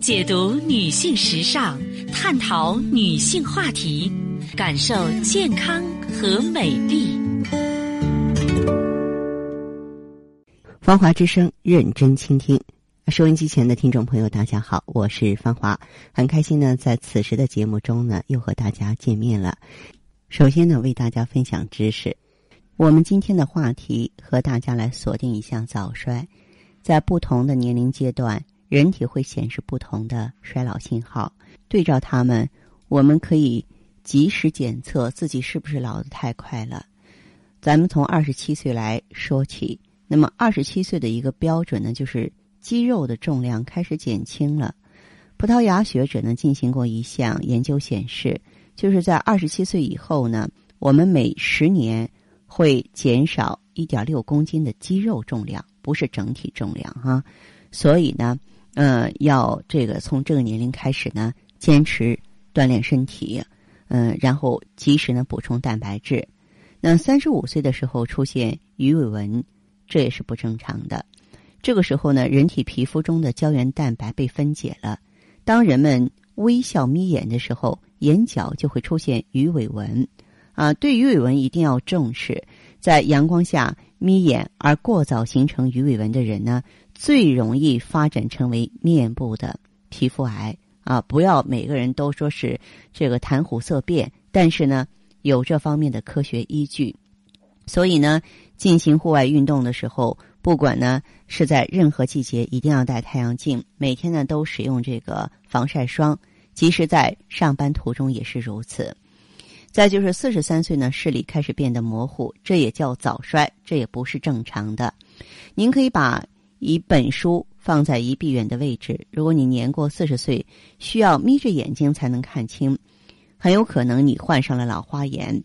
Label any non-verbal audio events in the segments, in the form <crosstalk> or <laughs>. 解读女性时尚，探讨女性话题，感受健康和美丽。芳华之声，认真倾听。收音机前的听众朋友，大家好，我是芳华，很开心呢，在此时的节目中呢，又和大家见面了。首先呢，为大家分享知识。我们今天的话题和大家来锁定一下早衰，在不同的年龄阶段，人体会显示不同的衰老信号。对照它们，我们可以及时检测自己是不是老得太快了。咱们从二十七岁来说起，那么二十七岁的一个标准呢，就是肌肉的重量开始减轻了。葡萄牙学者呢进行过一项研究显示，就是在二十七岁以后呢，我们每十年会减少一点六公斤的肌肉重量，不是整体重量哈、所以呢，呃，要这个从这个年龄开始呢，坚持锻炼身体，嗯、然后及时呢补充蛋白质。那三十五岁的时候出现鱼尾纹，这也是不正常的。这个时候呢，人体皮肤中的胶原蛋白被分解了。当人们微笑眯眼的时候，眼角就会出现鱼尾纹。啊，对鱼尾纹一定要重视。在阳光下眯眼而过早形成鱼尾纹的人呢，最容易发展成为面部的皮肤癌啊！不要每个人都说是这个谈虎色变，但是呢，有这方面的科学依据。所以呢，进行户外运动的时候，不管呢是在任何季节，一定要戴太阳镜，每天呢都使用这个防晒霜，即使在上班途中也是如此。再就是四十三岁呢，视力开始变得模糊，这也叫早衰，这也不是正常的。您可以把一本书放在一臂远的位置，如果你年过四十岁，需要眯着眼睛才能看清，很有可能你患上了老花眼。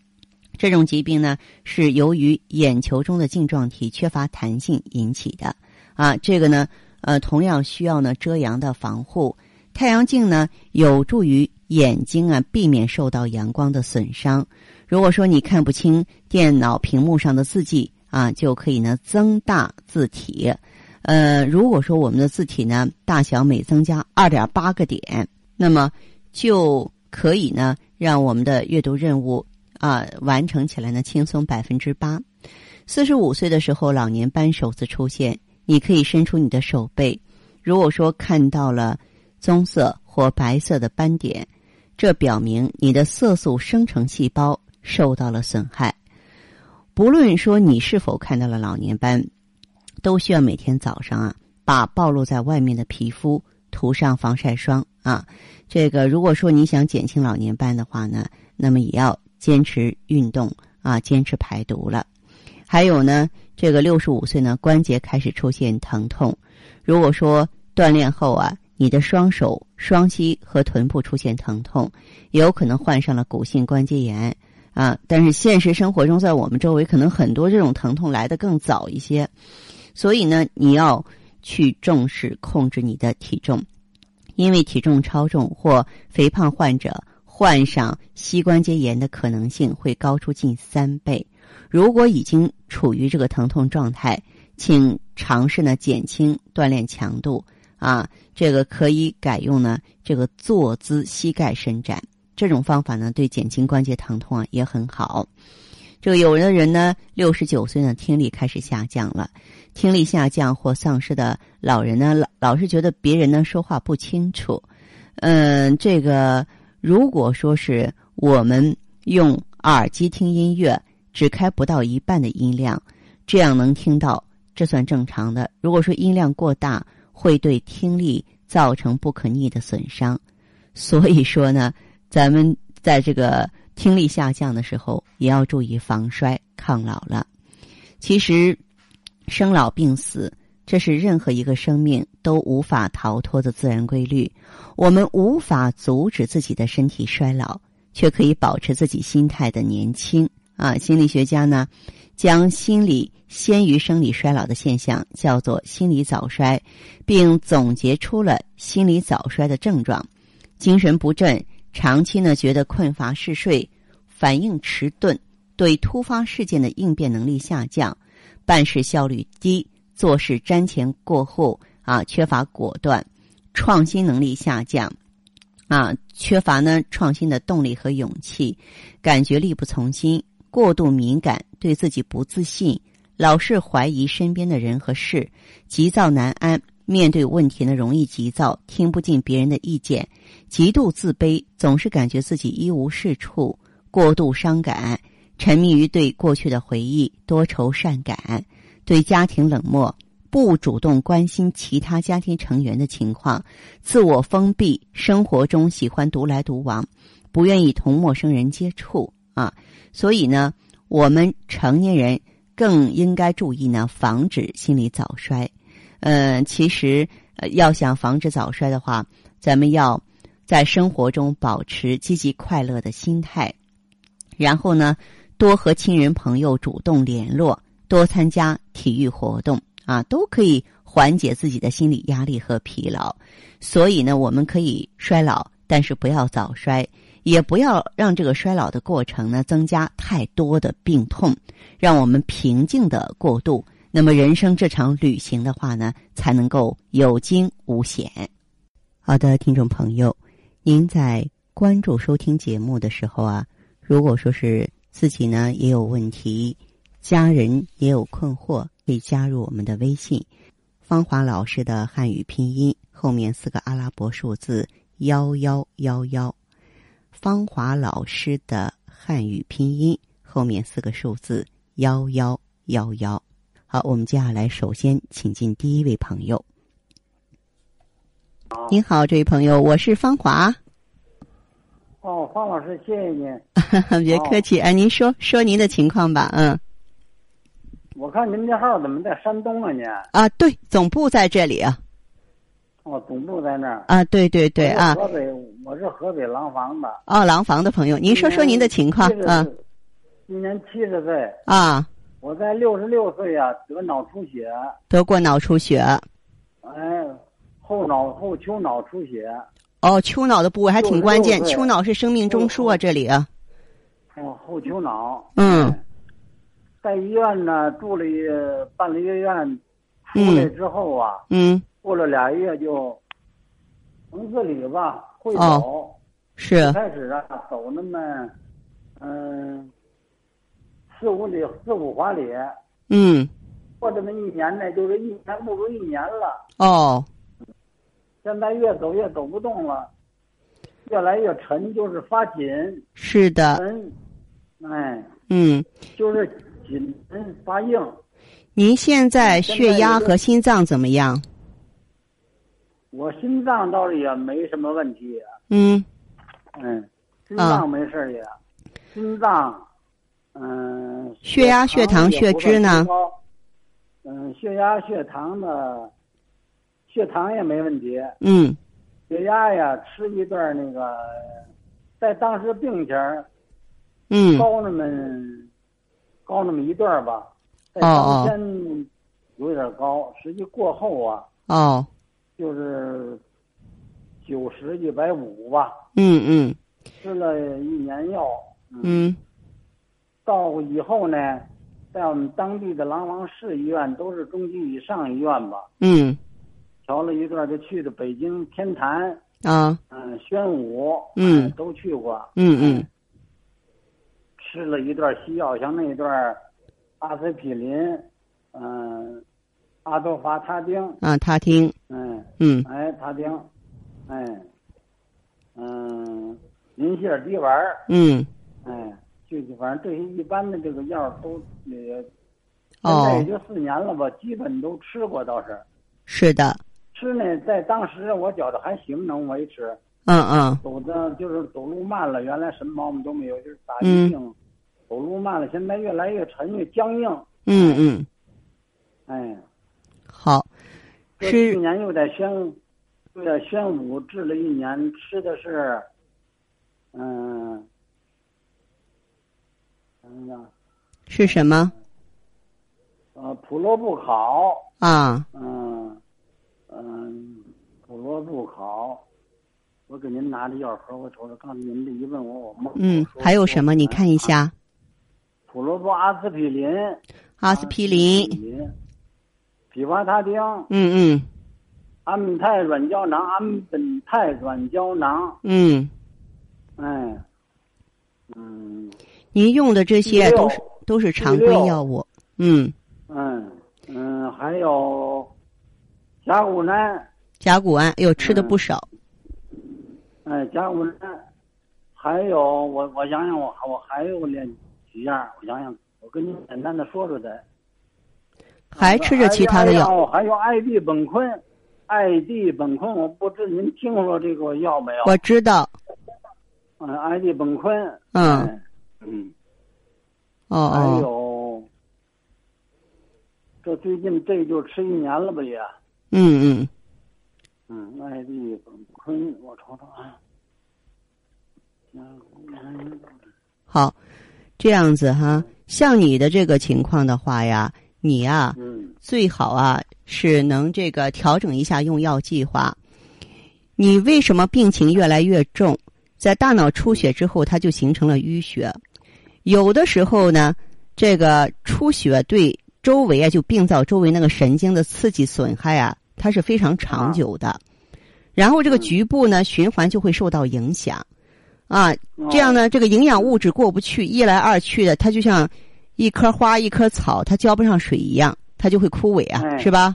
这种疾病呢，是由于眼球中的晶状体缺乏弹性引起的。啊，这个呢，呃，同样需要呢遮阳的防护。太阳镜呢，有助于眼睛啊避免受到阳光的损伤。如果说你看不清电脑屏幕上的字迹啊，就可以呢增大字体。呃，如果说我们的字体呢大小每增加二点八个点，那么就可以呢让我们的阅读任务啊、完成起来呢轻松百分之八。四十五岁的时候，老年斑首次出现，你可以伸出你的手背。如果说看到了棕色或白色的斑点，这表明你的色素生成细胞受到了损害。不论说你是否看到了老年斑，都需要每天早上啊，把暴露在外面的皮肤涂上防晒霜啊。这个如果说你想减轻老年斑的话呢，那么也要坚持运动啊，坚持排毒了。还有呢，这个六十五岁呢，关节开始出现疼痛。如果说锻炼后啊，你的双手、双膝和臀部出现疼痛，也有可能患上了骨性关节炎啊。但是现实生活中，在我们周围，可能很多这种疼痛来得更早一些，所以呢，你要去重视控制你的体重，因为体重超重或肥胖患者患上膝关节炎的可能性会高出近三倍。如果已经处于这个疼痛状态，请尝试呢减轻锻炼强度啊，这个可以改用呢这个坐姿膝盖伸展这种方法呢，对减轻关节疼痛啊也很好。这个有的人呢，六十九岁呢听力开始下降了，听力下降或丧失的老人呢，老老是觉得别人呢说话不清楚，嗯，这个如果说是我们用耳机听音乐，只开不到一半的音量，这样能听到，这算正常的。如果说音量过大，会对听力造成不可逆的损伤。所以说呢，咱们在这个听力下降的时候，也要注意防衰抗老了。其实，生老病死，这是任何一个生命都无法逃脱的自然规律。我们无法阻止自己的身体衰老，却可以保持自己心态的年轻。啊，心理学家呢，将心理先于生理衰老的现象叫做心理早衰，并总结出了心理早衰的症状：精神不振，长期呢觉得困乏嗜睡，反应迟钝，对突发事件的应变能力下降，办事效率低，做事瞻前顾后啊，缺乏果断。创新能力下降，啊，缺乏呢创新的动力和勇气，感觉力不从心，过度敏感，对自己不自信，老是怀疑身边的人和事，急躁难安。面对问题呢，容易急躁，听不进别人的意见，极度自卑，总是感觉自己一无是处，过度伤感，沉迷于对过去的回忆，多愁善感，对家庭冷漠，不主动关心其他家庭成员的情况，自我封闭，生活中喜欢独来独往，不愿意同陌生人接触啊。所以呢，我们成年人更应该注意呢，防止心理早衰。嗯，其实呃，要想防止早衰的话，咱们要在生活中保持积极快乐的心态，然后呢，多和亲人朋友主动联络，多参加体育活动啊，都可以缓解自己的心理压力和疲劳。所以呢，我们可以衰老，但是不要早衰，也不要让这个衰老的过程呢增加太多的病痛，让我们平静的过渡。那么人生这场旅行的话呢，才能够有惊无险。好的，听众朋友，您在关注收听节目的时候啊，如果说是自己呢也有问题，家人也有困惑，可以加入我们的微信“芳华老师的汉语拼音”后面四个阿拉伯数字幺幺幺幺，“芳华老师的汉语拼音”后面四个数字幺幺幺幺。好，我们接下来首先请进第一位朋友。您好，这位朋友，我是芳华。 <laughs> 哦，方老师，谢谢您。别客气，哎、您说说您的情况吧，嗯。我看您这号怎么在山东啊？您啊，对，总部在这里啊。哦，总部在那儿。啊，对对对啊。河北，我是河北廊坊的。哦，廊坊的朋友，您说说您的情况啊。今年七十岁。啊。我在六十六岁啊，得脑出血，得过脑出血，哎，后脑后丘脑出血。哦，丘脑的部位还挺关键，丘脑是生命中枢啊，这里。哦，后丘脑。哎嗯。在医院呢，住了办了一个院，出来之后啊，嗯，过了俩月就能自理吧，会走。哦、是。开始啊，走那么，嗯、呃。四五里四五华里，嗯，过这么一年呢，就是一年不如一年了。哦，现在越走越走不动了，越来越沉，就是发紧。是的。沉，哎，嗯，就是紧发硬。您嗯现在血压和心脏怎么样？我心脏倒是也没什么问题、啊。嗯，嗯，心脏没事也，啊、心脏。嗯，血压、血糖、血脂呢？嗯，血压、血糖呢，血糖也没问题。嗯，血压呀，吃一段那个，在当时病前儿，嗯，高那么高那么一段吧，在当天有点高，哦、实际过后啊，哦，就是九十一百五吧。嗯嗯，吃了一年药。嗯。嗯到以后呢，在我们当地的廊坊市医院都是中级以上医院吧。嗯，调了一段就去的北京天坛啊，嗯、呃，宣武，嗯、呃，都去过。嗯嗯，吃了一段西药，像那一段阿司匹林，嗯、呃，阿多伐他汀。啊，他汀。嗯嗯，哎，他汀，哎，嗯，林谢尔滴丸。嗯，哎。就反正这些一般的这个药都呃也，哦、现在也就四年了吧，基本都吃过倒是。是的。吃呢，在当时我觉得还行，能维持。嗯嗯。走的就是走路慢了，原来什么毛病都没有，就是打疫病，嗯、走路慢了，现在越来越沉，越僵硬。嗯嗯。哎。好。是。去年又在宣，又在宣武治了一年，吃的是，嗯、呃。嗯是什么？呃，普罗布考啊，嗯嗯，普罗布考，我给您拿着药盒，我瞅瞅，刚才您这一问我，我懵。嗯，还有什么？你看一啊下。普罗布阿司匹林。阿司匹林。匹伐他汀。嗯嗯。安泰软胶囊、安本泰软胶囊，嗯，哎，嗯您用的这些啊第六都是都是常规第六药物。嗯，嗯嗯，还有甲骨蓝，甲钴胺，哟，吃的嗯不少。哎，甲骨蓝，还有我我想想我还我还有两几样，我想想，我跟你简单的说说的。还吃着其他的药？还有艾地苯醌，艾地苯醌，我不知您听说这个药没有？我知道。嗯，艾地苯醌，嗯，哎嗯，哦还哦，有，这最近这就吃一年了吧也，嗯嗯，嗯，艾地苯醌，我瞅瞅啊，嗯，好，这样子哈。像你的这个情况的话呀，你呀、嗯最好啊是能这个调整一下用药计划。你为什么病情越来越重？在大脑出血之后，它就形成了淤血。有的时候呢，这个出血对周围啊，就病灶周围那个神经的刺激损害啊，它是非常长久的。然后这个嗯局部呢，循环就会受到影响。啊，这样呢，呢，这个营养物质过不去，一来二去的，它就像一棵花、一棵草，它浇不上水一样，它就会枯萎啊，哎是吧？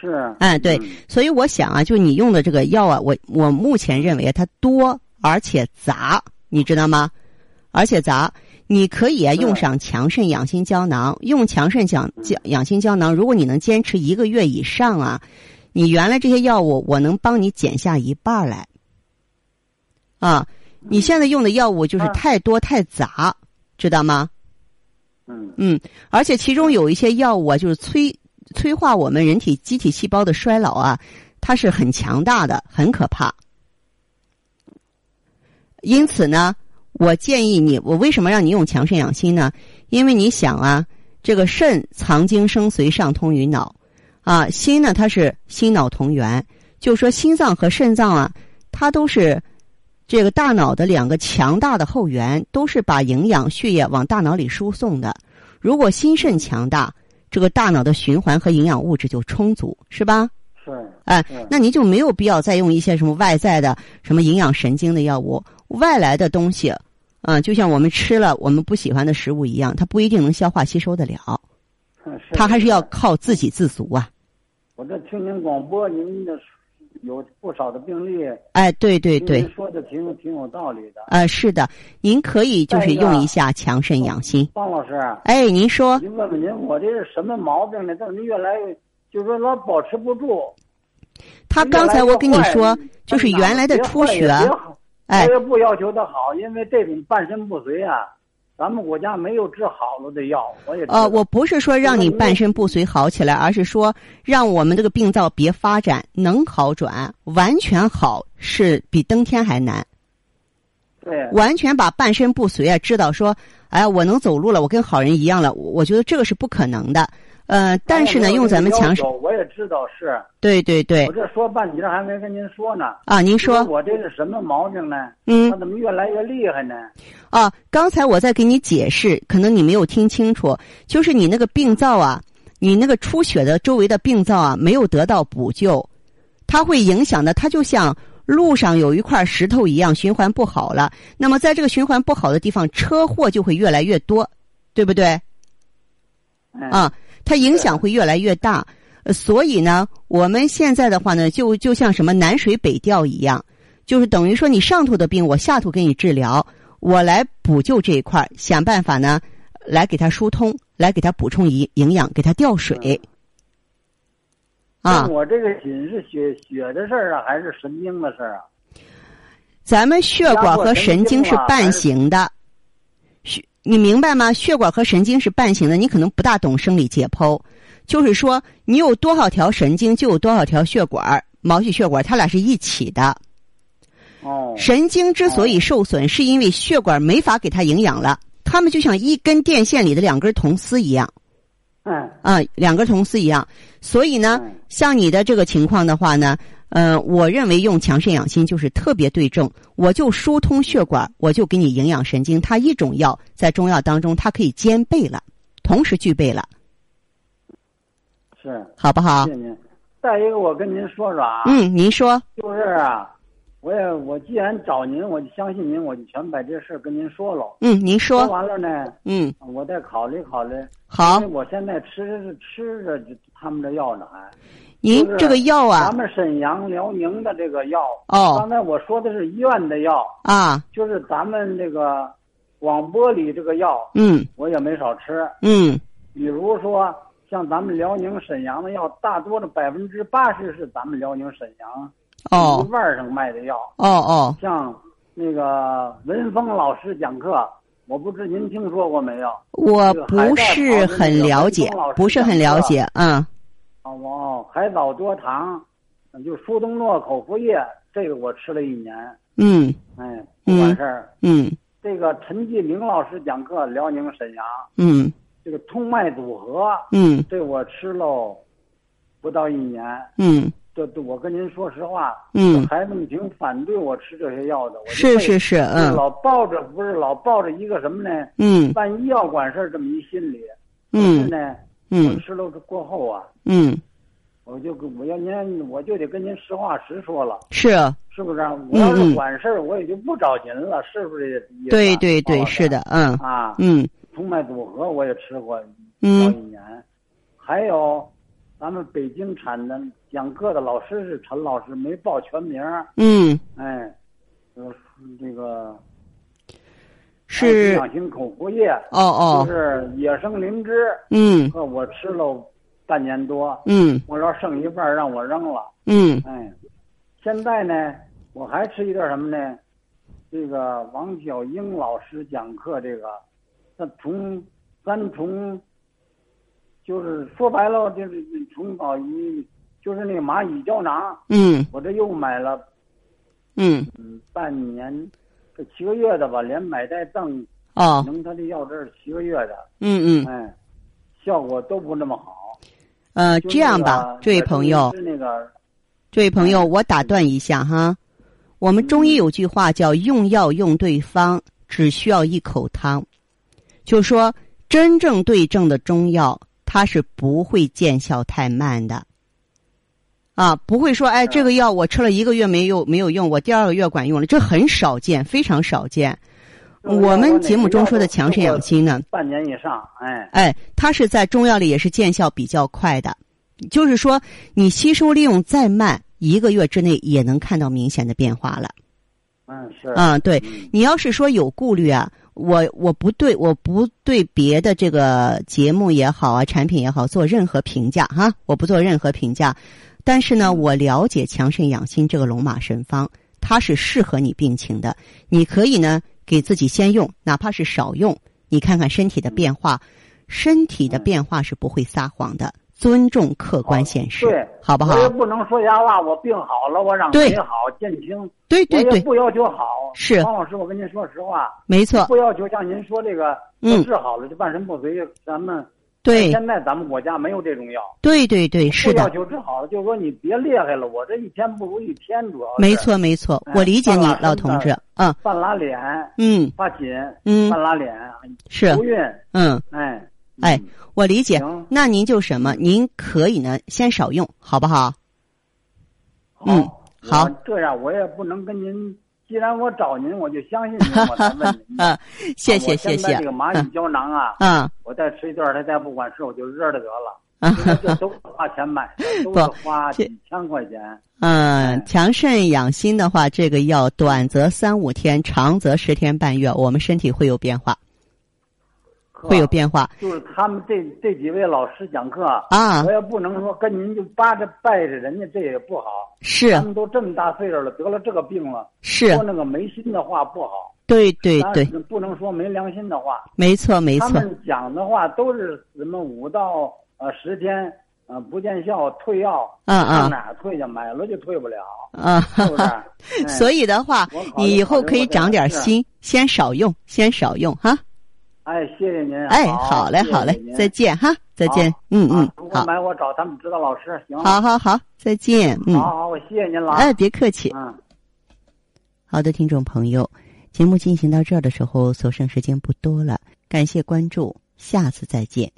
是，哎，对，嗯所以我想啊，就你用的这个药啊，我我目前认为啊它多而且杂，你知道吗？而且杂，你可以啊是用上强肾养心胶囊，用强肾养嗯养养心胶囊，如果你能坚持一个月以上啊，你原来这些药物我能帮你减下一半儿来。啊，你现在用的药物就是嗯太多太杂，知道吗？嗯嗯，而且其中有一些药物啊，就是催催化我们人体机体细胞的衰老啊，它是很强大的，很可怕。因此呢，我建议你，我为什么让你用强肾养心呢？因为你想啊，这个肾藏精生髓，上通于脑，啊，心呢它是心脑同源，就说心脏和肾脏啊，它都是这个大脑的两个强大的后援，都是把营养血液往大脑里输送的。如果心肾强大，这个大脑的循环和营养物质就充足，是吧？是，哎是，那您就没有必要再用一些什么外在的、什么营养神经的药物、外来的东西，啊，就像我们吃了我们不喜欢的食物一样，它不一定能消化吸收得了，是它还是要靠自给自足啊。我这听您广播，您的有不少的病例，哎，对对对您，说的挺挺有道理的。呃，是的，您可以就是再一个用一下强肾养心。方老师，哎，您说，您问问您，我这是什么毛病呢？怎么越来越，就是说老保持不住？他刚才我跟你说，就是原来的出血越来越坏。哎我，也不要求他好，因为这种半身不遂啊，咱们国家没有治好了的药。我也知道呃，我不是说让你半身不遂好起来，而是说让我们这个病灶别发展，能好转，完全好是比登天还难。对完全把半身不遂啊，知道说，哎，我能走路了，我跟好人一样了，我我觉得这个是不可能的。呃，但是呢，用咱们强手，势，我也知道是。对对对我，这说半截儿还没跟您说呢。啊，您您说，我这是什么毛病呢？嗯它，怎么越来越厉害呢？啊，刚才我在给你解释，可能你没有听清楚，就是你那个病灶啊，你那个出血的周围的病灶啊，没有得到补救，它会影响的，它就像路上有一块石头一样，循环不好了。那么在这个循环不好的地方，车祸就会越来越多，对不对？嗯，啊，它影响会越来越大。呃所以呢，我们现在的话呢，就就像什么南水北调一样，就是等于说你上头的病，我下头给你治疗，我来补救这一块儿，想办法呢，来给它疏通，来给它补充营营养，给它调水。啊那，我这个仅是血血的事儿啊，还是神经的事儿啊？咱们血管和神经是还伴是行的，血你明白吗？血管和神经是伴行的，你可能不大懂生理解剖，就是说你有多少条神经就有多少条血管儿，毛细血管儿它俩是一起的。哦，神经之所以受损，是因为血管没法给它营养了，它们就像一根电线里的两根铜丝一样嗯啊，两根铜丝一样。所以呢，嗯像你的这个情况的话呢，呃，我认为用强肾养心就是特别对症，我就疏通血管，我就给你营养神经，它一种药在中药当中它可以兼备了，同时具备了，是。好不好谢谢？您。再一个，我跟您说说啊，啊嗯，您说，就是啊，我也我既然找您，我就相信您，我就全把这事儿跟您说了。嗯，您说说，完了呢，嗯，我再考虑考虑。好因为，我现在吃吃着这他们的药呢，还您就是这个药啊咱，们沈阳、辽宁的这个药。刚哦才我说的是医院的药，啊，就是咱们这个广播里这个药，嗯我也没少吃。嗯，比如说，像咱们辽宁沈阳的药，大多的百分之八十是咱们辽宁沈阳哦一半儿上卖的药。哦哦，像那个文峰老师讲课，我不知您听说过没有？我这个海不带是刨的那很个了文解峰老，师不是讲很课了解，嗯啊，我哦海藻多糖，就舒东诺口服液，这个我吃了一年，嗯哎，不管事儿。嗯这个陈继明老师讲课，辽宁沈阳，嗯这个通脉组合，嗯这我吃喽，不到一年。嗯这这我跟您说实话，嗯我孩子们挺反对我吃这些药的，我就是被是是，嗯老抱着不是老抱着一个什么呢？嗯办医药管事儿这么一心理，可是嗯呢，我嗯吃了这过后啊，嗯，我就跟我要您，我就得跟您实话实说了，是，是不是啊？我要嗯是嗯管事儿，我也就不找您了，是不是这意思啊？对对王对，老师是的，嗯啊，嗯通脉组合我也吃过好嗯几年，还有咱们北京产的讲课的老师是陈老师，没报全名儿，嗯，哎，呃，这个是，养心口服液，哦哦，就是野生灵芝，嗯呵，我吃了半年多，嗯我说剩一半儿让我扔了。嗯哎，现在呢，我还吃一段什么呢？这个王小英老师讲课，这个那从咱从，就是说白了，就是从搞一，就是那个蚂蚁胶囊，嗯我这又买了，嗯，嗯，半年，这七个月的吧，连买带赠，哦，能他这药这是七个月的，嗯嗯，哎，效果都不那么好。呃，就这样吧那个，这位朋友，是那个这位朋友，我打断一下哈，我们中医有句话叫“用药用对方，只需要一口汤”，就说真正对症的中药，它是不会见效太慢的，啊，不会说哎，这个药我吃了一个月没有没有用，我第二个月管用了，这很少见，非常少见。嗯我们节目中说的强肾养，心呢，半年以上，哎，哎，它是在中药里也是见效比较快的，就是说你吸收利用再慢，一个月之内也能看到明显的变化了。嗯是，啊，对嗯你要是说有顾虑啊，我我不对我不对别的这个节目也好啊，产品也好做任何评价哈，我不做任何评价。但是嗯呢，我了解强肾养心这个龙马神方，它是适合你病情的。你可以呢给自己先用，哪怕是少用，你看看身体的变化。身体的变化是不会撒谎的，尊重客观现实，哦对，好不好我？也不能说瞎话，我病好了，我让对谁好减轻，对对我也对，不要求好。是王老师，我跟您说实话，没错，不要求像您说这个，嗯我治好了就半身不遂。咱们对现在咱们国家没有这种药，对对对，是不的要。求治好了，就是说你别厉害了，我这一天不如一天，主要是没，错，没错，哎我理解半你拉，老身同子志。嗯半拉脸嗯发紧，嗯半，拉脸是不，孕，嗯，哎哎嗯我理解行。那您就什么？您可以呢，先少用，好不好？嗯好，好哦我这样我也不能跟您，既然我找您，我就相信您，我才问您。啊， <laughs> 谢谢，嗯我谢嗯现谢在这。个蚂蚁胶囊啊，啊我再吃一段，它再不管事，我就热了得 <laughs> 了。啊因为这都是花钱买 <laughs> 的，都是花这几千块钱。哎嗯，强肾养心的话，这个药短则三五天，长则十天半月，我们身体会有变化，呵会有。变化就是他们这这几位老师讲课，啊我。也不能说跟您就扒着拜着人家，这也不好。是啊他们都这么大岁数了，得了这个病了，是说，那个没心的话不好。对对当然对，不能说没良心的话。没错没他错。们讲的话都是什么五到呃十天，呃不见效退药，嗯上嗯哪儿退去？买了就退 <laughs> 不了，啊，是哈 <laughs> 不是哈。？哎所以的话我考，虑你以后考虑可以我这长个点事儿心，先少用，先少用哈。哎，谢谢您。 <laughs> 哎，好嘞，谢谢好嘞您，再见哈，再见好，嗯嗯啊如，果好，买我找他们指导老师，行。好好好，再见，嗯好，好，我谢谢您了啊。哎，别客气。嗯。好的，听众朋友，节目进行到这儿的时候，所剩时间不多了，感谢关注，下次再见，